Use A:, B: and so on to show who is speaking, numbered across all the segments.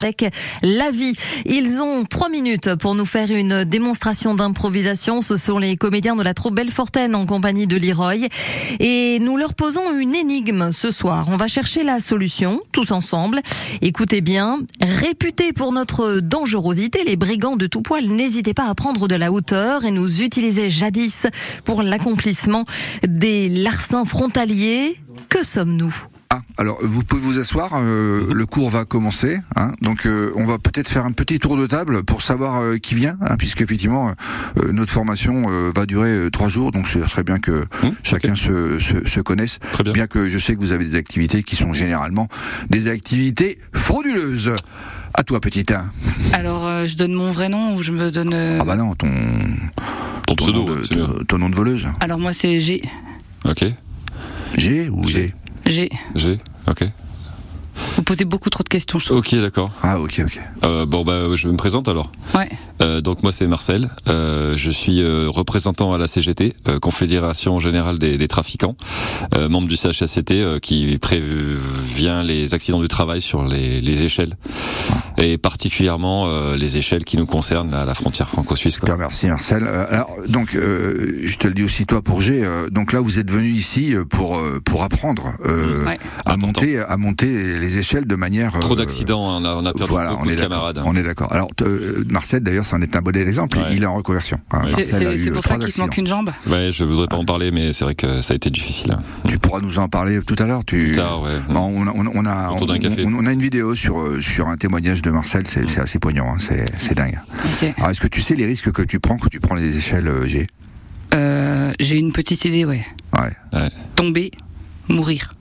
A: avec la vie. Ils ont trois minutes pour nous faire une démonstration d'improvisation. Ce sont les comédiens de la troupe Bellefortaine en compagnie de Leroy. Et nous leur posons une énigme ce soir. On va chercher la solution tous ensemble. Écoutez bien, réputés pour notre dangerosité, les brigands de tout poil n'hésitaient pas à prendre de la hauteur et nous utilisaient jadis pour l'accomplissement des larcins frontaliers. Que sommes-nous
B: Ah, alors vous pouvez vous asseoir,
C: Mhm.
B: euh, le cours va commencer. hein. donc euh, on va peut-être faire un petit tour de table pour savoir euh, qui vient, hein, puisque effectivement euh, euh, notre formation euh, va durer euh, trois jours, donc ce serait bien que
C: Mmh,
B: chacun
C: ok,
B: se, se- se connaisse.
C: Très bien.
B: Bien que je sais que vous avez des activités qui sont généralement des activités frauduleuses. À toi, petite. hein.
D: Alors, euh, je donne mon vrai nom ou je me donne. euh,
B: Ah bah non, ton, ton
C: Ton pseudo,
B: nom
C: ouais,
B: de,
C: c'est
B: ton-
C: bien.
B: ton nom de voleuse.
D: Alors, moi, c'est G.
C: Ok,
B: G ou G
D: G.
C: j'ai. Ok.
D: Vous posez beaucoup trop de questions, je trouve.
C: Ok, d'accord.
B: Ah ok, ok.
C: Euh, bon, bah, je me présente alors.
D: Ouais.
C: Euh, donc, moi, c'est Marcel. Euh, je suis euh, représentant à la CGT, euh, Confédération Générale des, des Trafiquants, euh, membre du CHACT euh, qui prévient les accidents du travail sur les, les échelles. Et particulièrement euh, les échelles qui nous concernent, là, à la frontière franco-suisse.
B: Je te
C: quoi.
B: remercie Marcel. Euh, alors donc euh, je te le dis aussi toi pour G. euh, donc là vous êtes venu ici euh, pour euh, pour apprendre euh,
D: Ouais.
B: à
C: Mmh, Important.
B: monter à monter les échelles de manière euh,
C: Trop d'accidents, hein, on a, on a perdu
B: Voilà, on
C: beaucoup
B: est
C: de
B: d'accord.
C: camarades. hein.
B: On est d'accord. Alors te- euh, Marcel d'ailleurs c'en est un bon exemple.
C: Ouais.
B: Il est en reconversion. hein.
C: Ouais.
D: C'est-
B: Marcel a
D: C'est
B: eu,
D: c'est
B: euh,
D: pour ça
B: trois
D: qu'il se manque
B: accidents.
D: une jambe.
C: Ouais, je voudrais pas en parler, mais c'est vrai que ça a été difficile. hein.
B: Tu pourras nous en parler tout à l'heure. Tu.
C: Plus tard, ouais.
B: Bon, on, a- on a- on a
C: Autour d'un
B: on-
C: café. Mmh.
B: on- on a une vidéo sur euh, sur un témoignage de Marcel. C'est c'est assez poignant. hein, c'est c'est dingue.
D: Ok.
B: Alors est-ce que tu sais les risques que tu prends quand tu prends les échelles euh, G
D: Euh, J'ai une petite idée, ouais.
B: Ouais.
D: Tomber, mourir.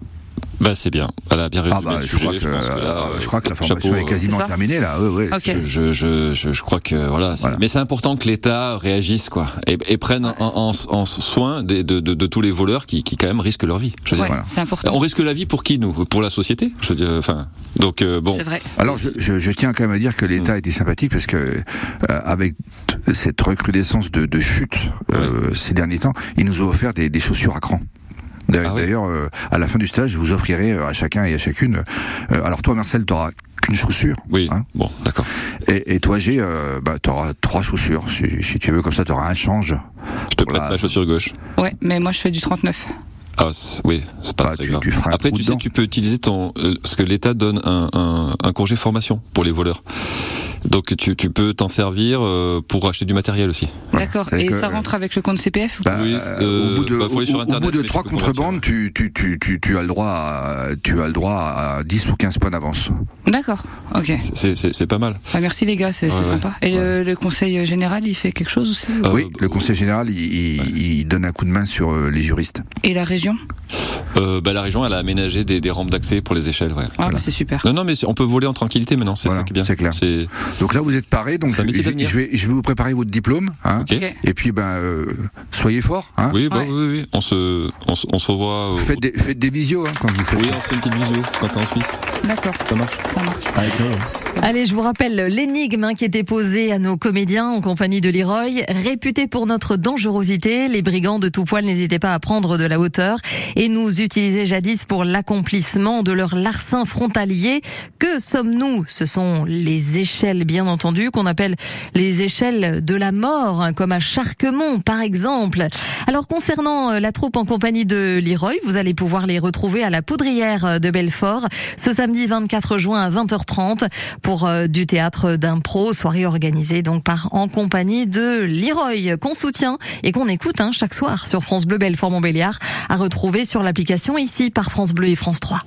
C: Bah c'est bien. Elle a bien résumé
B: Ah bah,
C: le
B: je,
C: sujet.
B: crois que,
C: pense que là,
B: euh,
C: euh,
B: je crois que la formation
C: chapeau,
B: est
C: euh,
B: quasiment
D: C'est ça
B: terminée là. Ouais, ouais,
D: Ok.
B: c'est-
C: Je, je, je, je crois que euh, voilà. c'est-
B: Voilà.
C: Mais c'est important que l'État réagisse quoi et, et prenne en, en, en soin des- de, de, de tous les voleurs qui, qui quand même risquent leur vie. Je veux
D: Ouais,
C: dire.
B: voilà.
D: c'est important.
C: On risque la vie pour qui nous Pour la société. Je veux dire. Enfin. Donc euh, bon.
D: C'est vrai.
B: Alors je, je- je tiens quand même à dire que l'État
C: Hmm.
B: était sympathique parce que euh, avec t- cette recrudescence de, de chutes euh, ces derniers temps, ils nous ont offert des, des chaussures à cran. D'a-
C: Ah ouais.
B: D'ailleurs, euh, à la fin du stage, je vous offrirai euh, à chacun et à chacune. euh, alors toi, Marcel, t'auras qu'une chaussure,
C: Oui.
B: Hein
C: bon. D'accord.
B: et, et toi, G, euh, bah, t'auras trois chaussures si, si tu veux. Comme ça, t'auras un change.
C: Je te prête
B: Voilà.
C: ma chaussure gauche.
D: Ouais, mais moi, je fais du 39.
C: Ah c'est- oui. C'est pas
B: Bah,
C: très
B: tu-
C: grave.
B: tu feras un
C: Après
B: trou
C: tu sais
B: dedans.
C: tu peux utiliser ton euh, parce que l'État donne un, un, un congé formation pour les voleurs. Donc tu, tu peux t'en servir euh, pour acheter du matériel aussi.
B: Voilà.
D: D'accord.
B: C'est-à-dire
D: Et
B: que,
D: ça
B: euh,
D: rentre avec le compte CPF ou
B: Bah,
C: Oui,
B: euh,
C: euh,
B: au bout de,
C: bah, faut aller sur
B: au- au
C: Internet,
B: bout de
C: mais tu
B: trois
C: peux convertir,
B: contrebandes,
C: ouais.
B: tu, tu, tu, tu, tu as le droit à, tu as le droit à 10 ou 15 points d'avance.
D: D'accord. Ok.
C: C'est- C'est c'est pas mal.
D: Bah, merci les gars, c'est
C: Ouais,
D: c'est
C: ouais.
D: sympa. Et le, le conseil euh, général, il fait quelque chose aussi
C: Euh,
B: oui, le Conseil général, il, il- il donne un coup de main sur euh, les juristes.
D: Et la région Ah,
C: Euh, bah, la région, elle a aménagé des, des rampes d'accès pour les échelles, ouais.
D: Ah,
B: Voilà.
D: bah, c'est super.
C: Non, non, mais c'est- on peut voler en tranquillité maintenant, c'est
B: Voilà,
C: ça qui est bien.
B: c'est clair. Donc là, vous êtes parés. Donc
C: C'est un
B: je,
C: métier
B: je-
C: d'avenir.
B: je vais, je vais vous préparer votre diplôme. hein.
C: Ok.
D: Ok.
B: Et puis, ben, euh, soyez forts. hein.
C: Oui, bah
D: Ouais.
C: oui, oui, on se, on, se- on se revoit. au-
B: Faites, des, faites des visios hein, quand vous faites.
C: Oui, on se fait une petite visio quand t'es en Suisse.
D: D'accord,
C: Ça marche.
D: ça marche.
B: Avec euh, nous.
A: Allez, je vous rappelle l'énigme hein, qui était posée à nos comédiens en compagnie de Leroy. Réputés pour notre dangerosité, les brigands de tout poil n'hésitaient pas à prendre de la hauteur et nous utilisaient jadis pour l'accomplissement de leur larcin frontalier. Que sommes-nous Ce sont les échelles, bien entendu, qu'on appelle les échelles de la mort, hein, comme à Charquemont, par exemple. Alors, concernant euh, la troupe en compagnie de Leroy, vous allez pouvoir les retrouver à la Poudrière euh, de Belfort ce samedi 24 juin à 20h30 pour euh, du théâtre d'impro, soirée organisée donc par en compagnie de Leroy, qu'on soutient et qu'on écoute hein, chaque soir sur France Bleu Belfort Montbéliard, à retrouver sur l'application ici par France Bleu et France 3.